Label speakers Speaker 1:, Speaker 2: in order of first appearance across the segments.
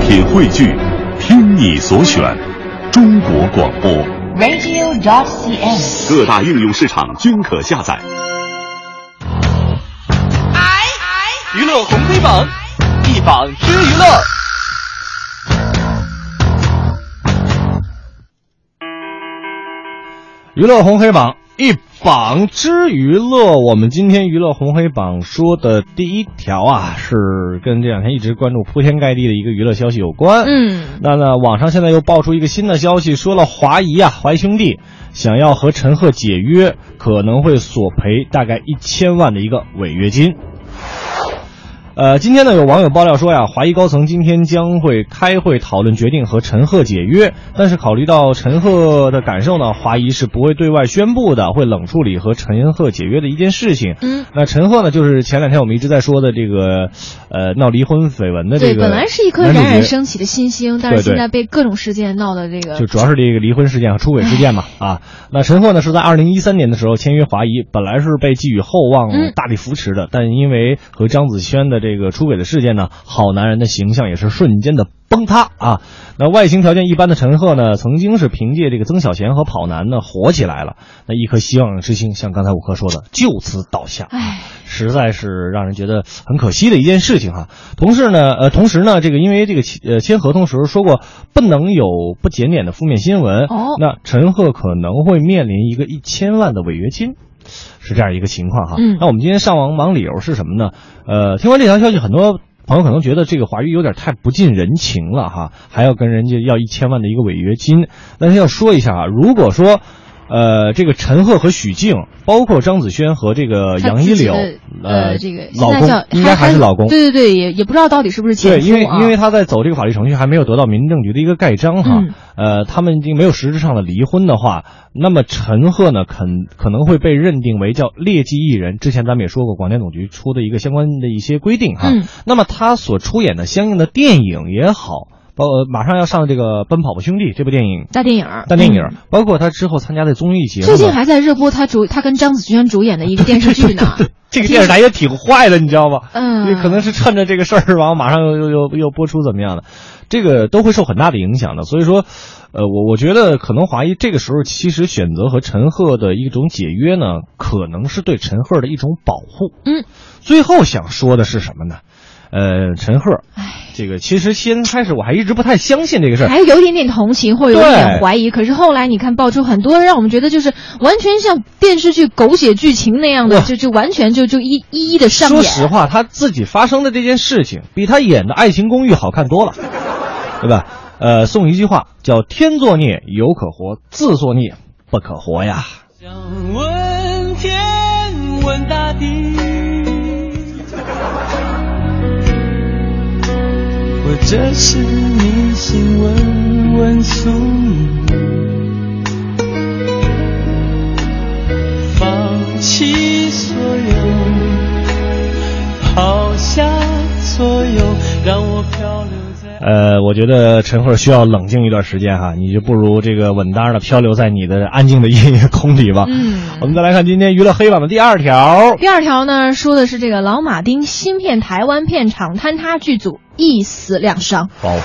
Speaker 1: 品汇聚，听你所选，中国广播。
Speaker 2: radio.cn。
Speaker 1: 各大应用市场均可下载。
Speaker 3: 娱乐红黑榜，一榜之娱乐。
Speaker 4: 娱乐红黑榜一榜之娱乐，我们今天娱乐红黑榜说的第一条啊，是跟这两天一直关注铺天盖地的一个娱乐消息有关。
Speaker 5: 嗯，
Speaker 4: 那呢，网上现在又爆出一个新的消息，说了华谊啊，华谊兄弟想要和陈赫解约，可能会索赔大概一千万的一个违约金。呃，今天呢，有网友爆料说呀，华谊高层今天将会开会讨论决定和陈赫解约，但是考虑到陈赫的感受呢，华谊是不会对外宣布的，会冷处理和陈赫解约的一件事情。
Speaker 5: 嗯，
Speaker 4: 那陈赫呢，就是前两天我们一直在说的这个，呃，闹离婚绯闻的这
Speaker 5: 对，
Speaker 4: 个，
Speaker 5: 本来是一颗冉冉升起的新星，但是
Speaker 4: 对对
Speaker 5: 现在被各种事件闹的这个
Speaker 4: 就主要是这个离婚事件和出轨事 件嘛啊。那陈赫呢是在二零一三年的时候签约华谊，本来是被寄予厚望、
Speaker 5: 嗯
Speaker 4: 大力扶持的，但因为和张子萱的这个出轨的事件呢，好男人的形象也是瞬间的崩塌啊。那外形条件一般的陈赫呢，曾经是凭借这个曾小贤和跑男呢火起来了，那一颗希望之星，像刚才五科说的，就此倒下。
Speaker 5: 唉，
Speaker 4: 实在是让人觉得很可惜的一件事情哈。同时呢，呃，同时呢，这个因为这个签呃签合同时候说过不能有不检点的负面新闻，
Speaker 5: 哦
Speaker 4: 那陈赫可能会面临一个一千万的违约金。是这样一个情况哈，
Speaker 5: 嗯
Speaker 4: 那我们今天上网忙理由是什么呢？呃，听完这条消息，很多朋友可能觉得这个华谊有点太不近人情了哈，还要跟人家要一千万的一个违约金。但是要说一下啊，如果说，呃，这个陈赫和许静，包括张子萱和这个
Speaker 5: 他
Speaker 4: 呃杨
Speaker 5: 自
Speaker 4: 一
Speaker 5: 己
Speaker 4: 柳
Speaker 5: 的，
Speaker 4: 呃，
Speaker 5: 这个
Speaker 4: 老
Speaker 5: 现在
Speaker 4: 公
Speaker 5: 叫
Speaker 4: 应该还是老公。
Speaker 5: 对对对，也也不知道到底是不是前
Speaker 4: 对，
Speaker 5: 夫
Speaker 4: 因为
Speaker 5: 啊
Speaker 4: 因为他在走这个法律程序，还没有得到民政局的一个盖章哈。
Speaker 5: 嗯
Speaker 4: 呃，他们已经没有实质上的离婚的话，那么陈赫呢，肯可能会被认定为叫劣迹艺人。之前咱们也说过，广电总局出的一个相关的一些规定哈。
Speaker 5: 嗯
Speaker 4: 那么他所出演的相应的电影也好，包括马上要上这个《奔跑吧兄弟》这部电影。
Speaker 5: 大电影儿，
Speaker 4: 大电影儿
Speaker 5: 嗯，
Speaker 4: 包括他之后参加的综艺节目，
Speaker 5: 最近还在热播他主他跟张子萱主演的一个电视剧呢。
Speaker 4: 这个电视台也挺坏的，你知道吗？
Speaker 5: 嗯
Speaker 4: 也可能是趁着这个事儿，然后马上又又又又播出怎么样的，这个都会受很大的影响的。所以说，呃，我我觉得可能华谊这个时候其实选择和陈赫的一种解约呢，可能是对陈赫的一种保护。
Speaker 5: 嗯，
Speaker 4: 最后想说的是什么呢？呃，陈赫，这个其实先开始我还一直不太相信这个事儿，
Speaker 5: 还有一点点同情或有一点
Speaker 4: 对
Speaker 5: 怀疑，可是后来你看爆出很多让我们觉得就是完全像电视剧狗血剧情那样的，
Speaker 4: 哇
Speaker 5: 就就完全就就一一一的上
Speaker 4: 说
Speaker 5: 演。
Speaker 4: 实话，他自己发生的这件事情，比他演的《爱情公寓》好看多了，对吧？呃，送一句话，叫“天作孽犹可活，自作孽不可活”呀。
Speaker 3: 想问天，问大地，我这是你心问问宿命。放弃所有，抛下所有，让我漂流在。
Speaker 4: 呃，我觉得陈赫需要冷静一段时间哈，你就不如这个稳当的漂流在你的安静的夜夜空里吧。
Speaker 5: 嗯
Speaker 4: 我们再来看今天娱乐黑榜的第二条，
Speaker 5: 第二条呢，说的是这个老马丁新片台湾片场坍塌剧组一死两伤。
Speaker 4: 哦，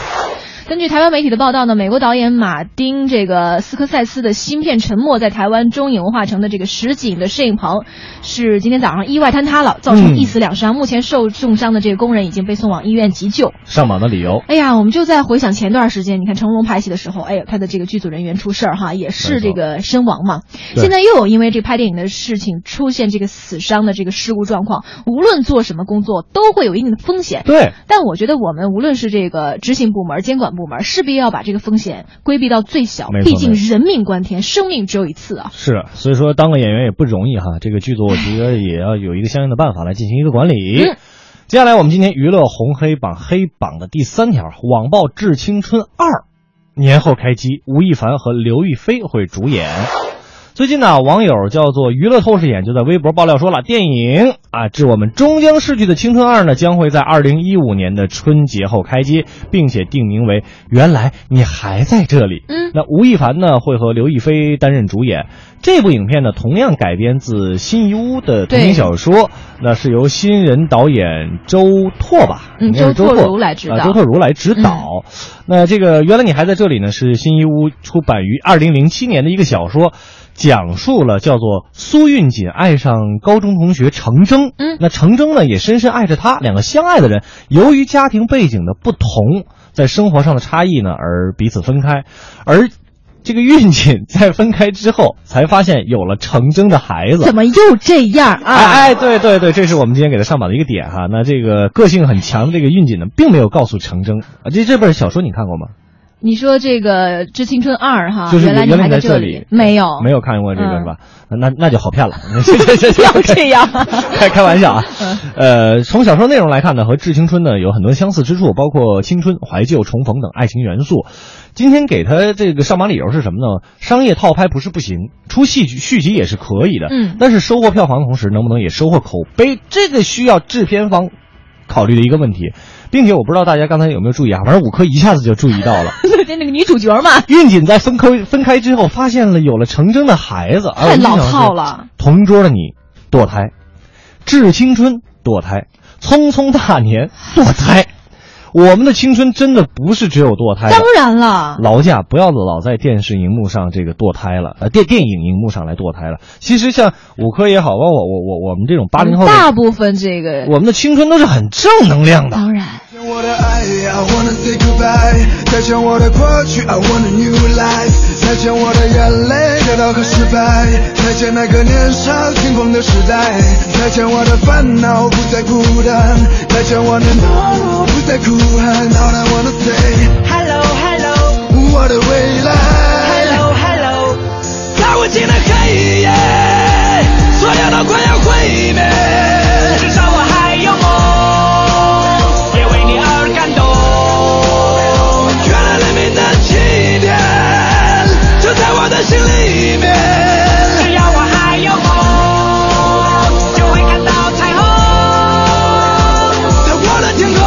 Speaker 5: 根据台湾媒体的报道呢，美国导演马丁这个斯科塞斯的新片《沉默》在台湾中影文化城的这个实景的摄影棚是今天早上意外坍塌了，造成一死两伤。目前受重伤的这个工人已经被送往医院急救。
Speaker 4: 上榜的理由。
Speaker 5: 哎呀，我们就在回想前段时间，你看成龙拍戏的时候，哎呀，他的这个剧组人员出事儿哈，也是这个身亡嘛。
Speaker 4: 对
Speaker 5: 现在又有因为这拍电影的事情出现这个死伤的这个事故状况，无论做什么工作都会有一定的风险。
Speaker 4: 对，
Speaker 5: 但我觉得我们无论是这个执行部门、监管部门，势必要把这个风险规避到最小
Speaker 4: 没，错
Speaker 5: 毕竟人命关天，生命只有一次啊。
Speaker 4: 是，所以说当个演员也不容易哈。这个剧组我觉得也要有一个相应的办法来进行一个管理。
Speaker 5: 嗯
Speaker 4: 接下来我们今天娱乐红黑榜黑榜的第三条，网曝《致青春二》年后开机，吴亦凡和刘亦菲会主演。最近呢，网友叫做娱乐透视眼就在微博爆料说了，电影啊致我们终将逝去的青春二呢，将会在二零一五年的春节后开机，并且定名为《原来你还在这里》。
Speaker 5: 嗯
Speaker 4: 那吴亦凡呢会和刘亦菲担任主演。这部影片呢，同样改编自辛夷坞的同名
Speaker 5: 对
Speaker 4: 小说，那是由新人导演周拓吧，
Speaker 5: 嗯
Speaker 4: 应该是
Speaker 5: 周
Speaker 4: 周
Speaker 5: 拓
Speaker 4: 拓
Speaker 5: 如来指
Speaker 4: 啊
Speaker 5: 导嗯
Speaker 4: 周拓如来指导。那这个原来你还在这里呢，是新一屋出版于二零零七年的一个小说，讲述了叫做苏运锦爱上高中同学程铮，
Speaker 5: 嗯
Speaker 4: 那程铮呢也深深爱着她，两个相爱的人由于家庭背景的不同，在生活上的差异呢而彼此分开，而。这个运锦在分开之后，才发现有了程铮的孩子，
Speaker 5: 怎么又这样啊？
Speaker 4: 哎哎，对对对，这是我们今天给他上榜的一个点哈。那这个个性很强的这个运锦呢，并没有告诉程铮啊。这这本小说你看过吗？
Speaker 5: 你说这个《致青春二》哈，
Speaker 4: 就是
Speaker 5: 原来你
Speaker 4: 原来
Speaker 5: 还
Speaker 4: 你
Speaker 5: 在
Speaker 4: 在
Speaker 5: 这
Speaker 4: 这里
Speaker 5: 没有
Speaker 4: 没有看过这个
Speaker 5: 嗯
Speaker 4: 是吧？那那就好 骗了， 这这
Speaker 5: 要这样 嗯
Speaker 4: 开开玩笑啊。呃，从小说内容来看呢，和《致青春》呢有很多相似之处，包括青春、怀旧、重逢等爱情元素。今天给他这个上榜理由是什么呢？商业套拍不是不行，出戏剧续集也是可以的，
Speaker 5: 嗯
Speaker 4: 但是收获票房的同时，能不能也收获口碑，这个需要制片方考虑的一个问题，并且我不知道大家刚才有没有注意啊，反正五科一下子就注意到了。
Speaker 5: 那那个女主角嘛，
Speaker 4: 运锦在分开分开之后，发现了有了成真的孩子，而
Speaker 5: 太
Speaker 4: 我们
Speaker 5: 老
Speaker 4: 想的是
Speaker 5: 套了。
Speaker 4: 同桌的你堕胎，致青春堕胎，匆匆大年堕 胎。我们的青春真的不是只有堕胎的，
Speaker 5: 当然了，
Speaker 4: 劳驾不要老在电视荧幕上这个堕胎了，呃，电电影荧幕上来堕胎了。其实像五科也好，包括我我我我们这种八零后的，
Speaker 5: 大部分这个
Speaker 4: 我们的青春都是很正能量的。
Speaker 5: 当然。
Speaker 2: 我的爱，I wanna say goodbye。再见我的过去，I want a new life。再见我的眼泪、跌倒和失败。再见那个年少轻狂的时代。再见我的烦恼，不再孤单。再见我的懦弱，不再哭喊。All I wanna say，
Speaker 6: Hello Hello
Speaker 2: 我的未来。
Speaker 6: Hello Hello，
Speaker 3: 在无尽的黑夜，所有都快要毁灭，
Speaker 6: 至少我还有梦，也为你而感动。
Speaker 3: 原来黎明的起点就在我的心里面。
Speaker 6: 只要我还有梦，就会看到彩虹。
Speaker 3: 在我的天空。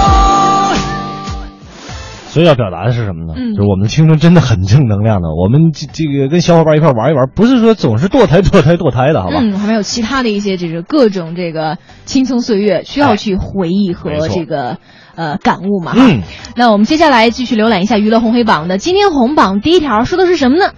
Speaker 4: 所以要表达的是什么呢？
Speaker 5: 嗯
Speaker 4: 就是我们的青春真的很正能量的。我们这这个跟小伙伴一块玩一玩，不是说总是堕胎、堕胎、堕胎的，好吧？
Speaker 5: 嗯，还有其他的一些，就是各种这个青葱岁月需要去回忆
Speaker 4: 没
Speaker 5: 和
Speaker 4: 错
Speaker 5: 这个呃感悟嘛。
Speaker 4: 嗯，
Speaker 5: 那我们接下来继续浏览一下娱乐红黑榜的今天红榜第一条说的是什么呢？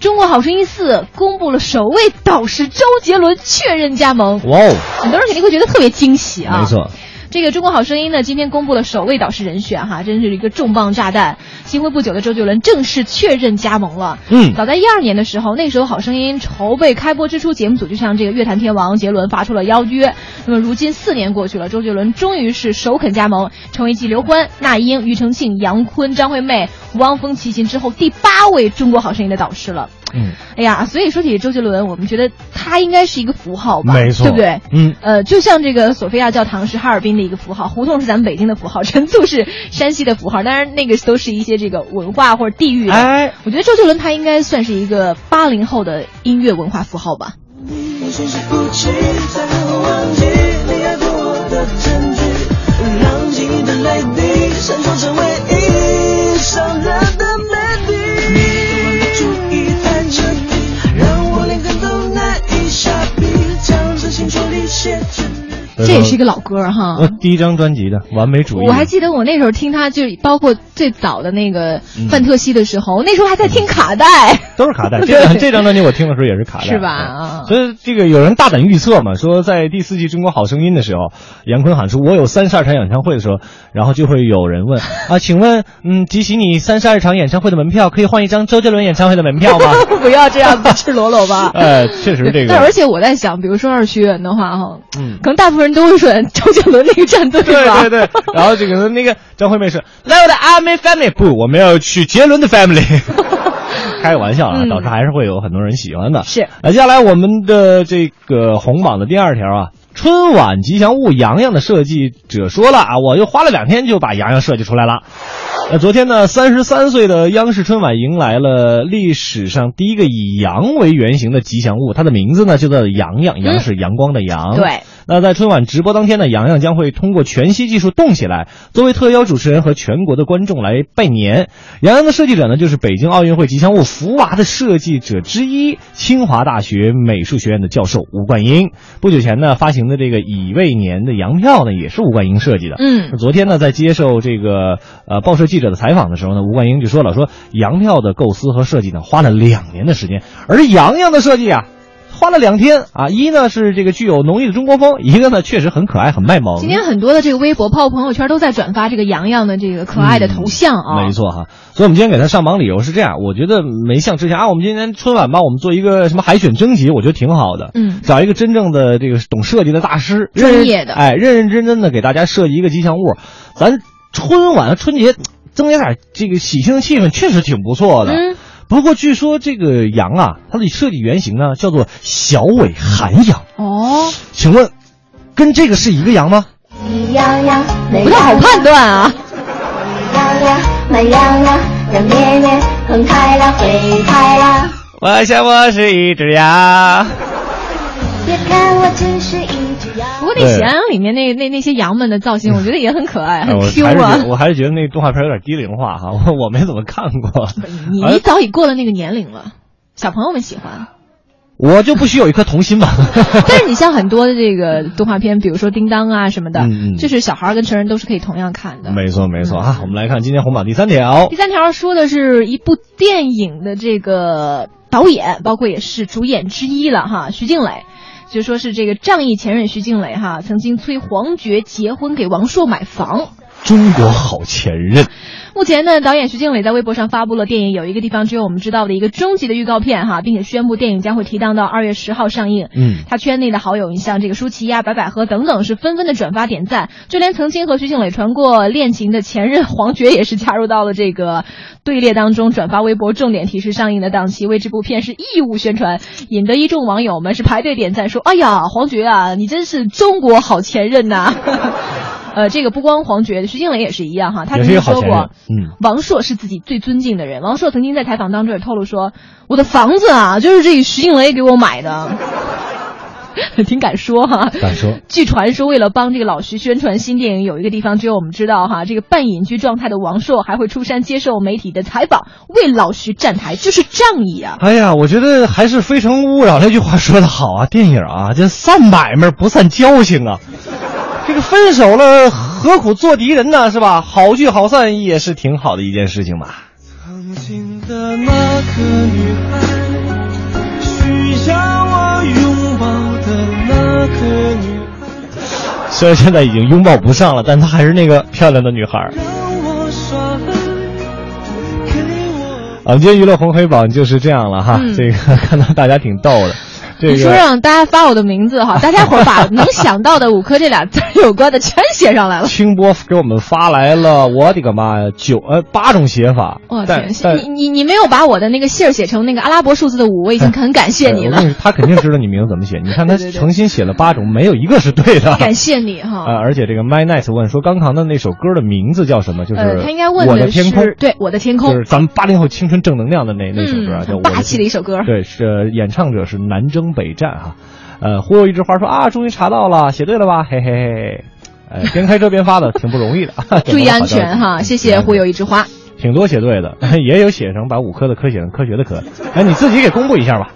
Speaker 5: 中国好声音四公布了首位导师周杰伦确认加盟，
Speaker 4: 哇哦，
Speaker 5: 很多人肯定会觉得特别惊喜啊。
Speaker 4: 没错，
Speaker 5: 这个《中国好声音》呢，今天公布了首位导师人选哈，真是一个重磅炸弹。新婚不久的周杰伦正式确认加盟了。
Speaker 4: 嗯
Speaker 5: 早在一二年的时候，那时候《好声音》筹备开播之初，节目组就向这个乐坛天王杰伦发出了邀约。那么如今四年过去了，周杰伦终于是首肯加盟，成为继刘欢、那英、庾澄庆、杨坤、张惠妹、汪峰、齐秦之后第八位《中国好声音》的导师了。
Speaker 4: 嗯，
Speaker 5: 哎呀，所以说起周杰伦，我们觉得他应该是一个符号吧，
Speaker 4: 没错
Speaker 5: 对不对？
Speaker 4: 嗯
Speaker 5: 呃，就像这个索菲亚教堂是哈尔滨的一个符号，胡同是咱们北京的符号，陈醋是山西的符号，当然那个都是一些这个文化或者地域的。
Speaker 4: 哎，
Speaker 5: 我觉得周杰伦他应该算是一个八零后的音乐文化符号吧。
Speaker 4: 嗯
Speaker 6: 也许是不期才能忘记你爱过我的证据，让记忆的泪滴闪烁成回忆，伤人的美丽。你怎么没注意在这里，让我连根都难以下笔，将真心说理写成语。
Speaker 4: 嗯
Speaker 5: 这也是一个老歌儿哈。
Speaker 4: 我第一张专辑的《完美主义》，
Speaker 5: 我还记得我那时候听他，就包括最早的那个范特西的时
Speaker 4: 嗯
Speaker 5: 候，那时候还在听卡带。
Speaker 4: 都是卡带。
Speaker 5: 对
Speaker 4: 这张这张专辑我听的时候也是卡带，
Speaker 5: 是吧啊
Speaker 4: 对所以这个有人大胆预测嘛，说在第四季《中国好声音》的时候，杨坤喊出“我有三十二场演唱会”的时候，然后就会有人问啊，请问，嗯，集齐你三十二场演唱会的门票，可以换一张周杰伦演唱会的门 票吗？
Speaker 5: 不要这样子赤裸裸 吧。
Speaker 4: 呃，确实 这
Speaker 5: 但
Speaker 4: 个
Speaker 5: 而，且我在想，比如说二学员的话，哈，
Speaker 4: 嗯
Speaker 5: 可能大部分人都会选周杰伦那个战队
Speaker 4: 对
Speaker 5: 吧。
Speaker 4: 对对，然后这个那个张惠妹 说：“来我的阿妹 family，不，我们要去杰伦 的 family。”开个玩笑啊，
Speaker 5: 嗯
Speaker 4: 导致还是会有很多人喜欢的。
Speaker 5: 是，
Speaker 4: 那接下来我们的这个红榜的第二条啊，春晚吉祥物洋洋的设计者说了啊，我又花了两天就把洋洋设计出来了。那昨天呢，三十三岁的央视春晚迎来了历史上第一个以羊为原型的吉祥物，它的名字呢就叫洋洋，洋是阳光的
Speaker 5: 嗯
Speaker 4: 阳。
Speaker 5: 对。
Speaker 4: 那在春晚直播当天呢，洋洋将会通过全息技术动起来，作为特邀主持人和全国的观众来拜年。洋洋的设计者呢，就是北京奥运会吉祥物福娃的设计者之一，清华大学美术学院的教授吴冠英。不久前呢，发行的这个乙未年的洋票呢，也是吴冠英设计的。
Speaker 5: 嗯，
Speaker 4: 昨天呢，在接受这个呃报社记者的采访的时候呢，吴冠英就说了，说洋票的构思和设计呢，花了两年的时间，而洋洋的设计啊。花了两天啊，一呢是这个具有浓郁的中国风，一个呢确实很可爱，很卖萌。
Speaker 5: 今天很多的这个微博包括朋友圈都在转发这个洋洋的这个可爱的头像啊。
Speaker 4: 没错哈，所以我们今天给他上榜理由是这样，我觉得没像之前啊，我们今天春晚吧，我们做一个什么海选征集，我觉得挺好的，
Speaker 5: 嗯
Speaker 4: 找一个真正的这个懂设计的大师，
Speaker 5: 专
Speaker 4: 认
Speaker 5: 业的
Speaker 4: 哎，认认真真的给大家设计一个吉祥物，咱春晚春节增加点这个喜庆的气氛，确实挺不错的。
Speaker 5: 嗯
Speaker 4: 不过据说这个羊啊，它的设计原型呢叫做小尾寒羊，
Speaker 5: 哦，
Speaker 4: 请问，跟这个是一个羊吗？
Speaker 7: 美羊羊，美
Speaker 5: 不太好判断啊。
Speaker 7: 羊羊，美羊羊，羊咩咩，很开朗，会开朗。
Speaker 4: 我想我是一只羊。
Speaker 7: 别看我只是一只羊。
Speaker 5: 不过那《喜羊羊》里面那那那些羊们的造型，我觉得也很可爱，
Speaker 4: 嗯哎
Speaker 5: 很
Speaker 4: 我
Speaker 5: Q
Speaker 4: 还是觉
Speaker 5: 啊
Speaker 4: 得。我还是觉得那个动画片有点低龄化哈，我我没怎么看过。
Speaker 5: 你
Speaker 4: 哎
Speaker 5: 你早已过了那个年龄了，小朋友们喜欢。
Speaker 4: 我就不需有一颗童心吧？
Speaker 5: 但是你像很多的这个动画片，比如说《叮当》啊什么的
Speaker 4: 嗯嗯，
Speaker 5: 就是小孩儿跟成人都是可以同样看的。
Speaker 4: 没错没错啊，我们来看今天红榜第三哦条
Speaker 5: 第，三条说的是一部电影的这个导演，包括也是主演之一了哈，徐静蕾。就说是这个仗义前任徐静蕾哈，曾经催黄觉结婚，给王朔买房。
Speaker 4: 中国好前任。
Speaker 5: 目前呢，导演徐静蕾在微博上发布了电影《有一个地方只有我们知道》的一个终极的预告片哈，并且宣布电影将会提档到二月十号上映。
Speaker 4: 嗯
Speaker 5: 他圈内的好友，你像这个舒淇呀、白百合等等，是纷纷的转发点赞，就连曾经和徐静蕾传过恋情的前任黄觉也是加入到了这个队列当中，转发微博重点提示上映的档期，为这部片是义务宣传，引得一众网友们是排队点赞说：“哎呀，黄觉啊，你真是中国好前任呐、 呃，这个不光黄觉，徐静蕾也是一样哈，他
Speaker 4: 也
Speaker 5: 曾
Speaker 4: 是一
Speaker 5: 经
Speaker 4: 个好
Speaker 5: 说
Speaker 4: 前
Speaker 5: 过，
Speaker 4: 任嗯
Speaker 5: 王朔是自己最尊敬的人。王朔曾经在采访当中也透露说，我的房子啊， 就是这个徐静蕾给我买的。 挺敢说哈、
Speaker 4: 敢说。
Speaker 5: 据传说，为了帮这个老徐宣传新电影，有一个地方只有我们知道哈，这个半隐居状态的王朔还会出山接受媒体的采访，为老徐站台，就是仗义啊！
Speaker 4: 哎呀，我觉得还是《非诚勿扰》那句话说的好啊，电影啊，这散买卖不散交情啊。这个分手了，何苦做敌人呢？是吧？好聚好散也是挺好的一件事情嘛。
Speaker 3: 曾经的那个女孩，需要我拥抱的那个女孩，
Speaker 4: 虽然现在已经拥抱不上了，但她还是那个漂亮的女孩儿。
Speaker 3: 让我耍赖，给我。
Speaker 4: 啊，今天娱乐红黑榜就是这样了哈。
Speaker 5: 嗯
Speaker 4: 这个看到大家挺逗的，这个
Speaker 5: 你说让大家发我的名字哈，大家伙儿把能想到的五科这俩字儿有关的全写上来了。
Speaker 4: 清波给我们发来了，我的个妈呀，九呃八种写法。
Speaker 5: 我
Speaker 4: 但
Speaker 5: 天，
Speaker 4: 但
Speaker 5: 你你你没有把我的那个姓儿写成那个阿拉伯数字的五，我已经很感谢你
Speaker 4: 呃
Speaker 5: 了
Speaker 4: 我跟，你说他肯定知道你名字怎么写。你看他诚心写了八种，没有一个是对的。
Speaker 5: 感谢你哈。
Speaker 4: 啊！而且这个 My Nice 问说，刚扛的那首歌的名字叫什么？就是
Speaker 5: 呃，他应该问
Speaker 4: 我的
Speaker 5: 是
Speaker 4: 天空。
Speaker 5: 对我的天空，
Speaker 4: 就是咱们八零后青春正能量的那那首歌啊，
Speaker 5: 嗯
Speaker 4: 叫《
Speaker 5: 很
Speaker 4: 我
Speaker 5: 霸气的一首歌
Speaker 4: 对，是呃演唱者是南征北战哈、呃，忽悠一枝花说啊，终于查到了，写对了吧？嘿嘿嘿。哎，边开车边发的，挺不容易的。
Speaker 5: 注意安全哈，谢谢忽悠
Speaker 4: 一。
Speaker 5: 一枝花。
Speaker 4: 挺多写对的， 也有写成把五科的科写成科学的科。哎，你自己给公布一 下吧。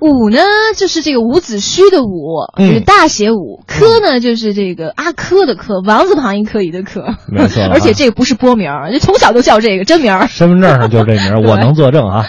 Speaker 5: 五呢，就是这个伍子胥的伍，
Speaker 4: 嗯
Speaker 5: 就是大写伍；科呢，就是这个阿珂的珂，王字旁一科一的科。
Speaker 4: 没错啊
Speaker 5: 而且这个不是播名儿，就从小就叫这个真名儿。
Speaker 4: 身份证上就是这名儿，我能作证啊。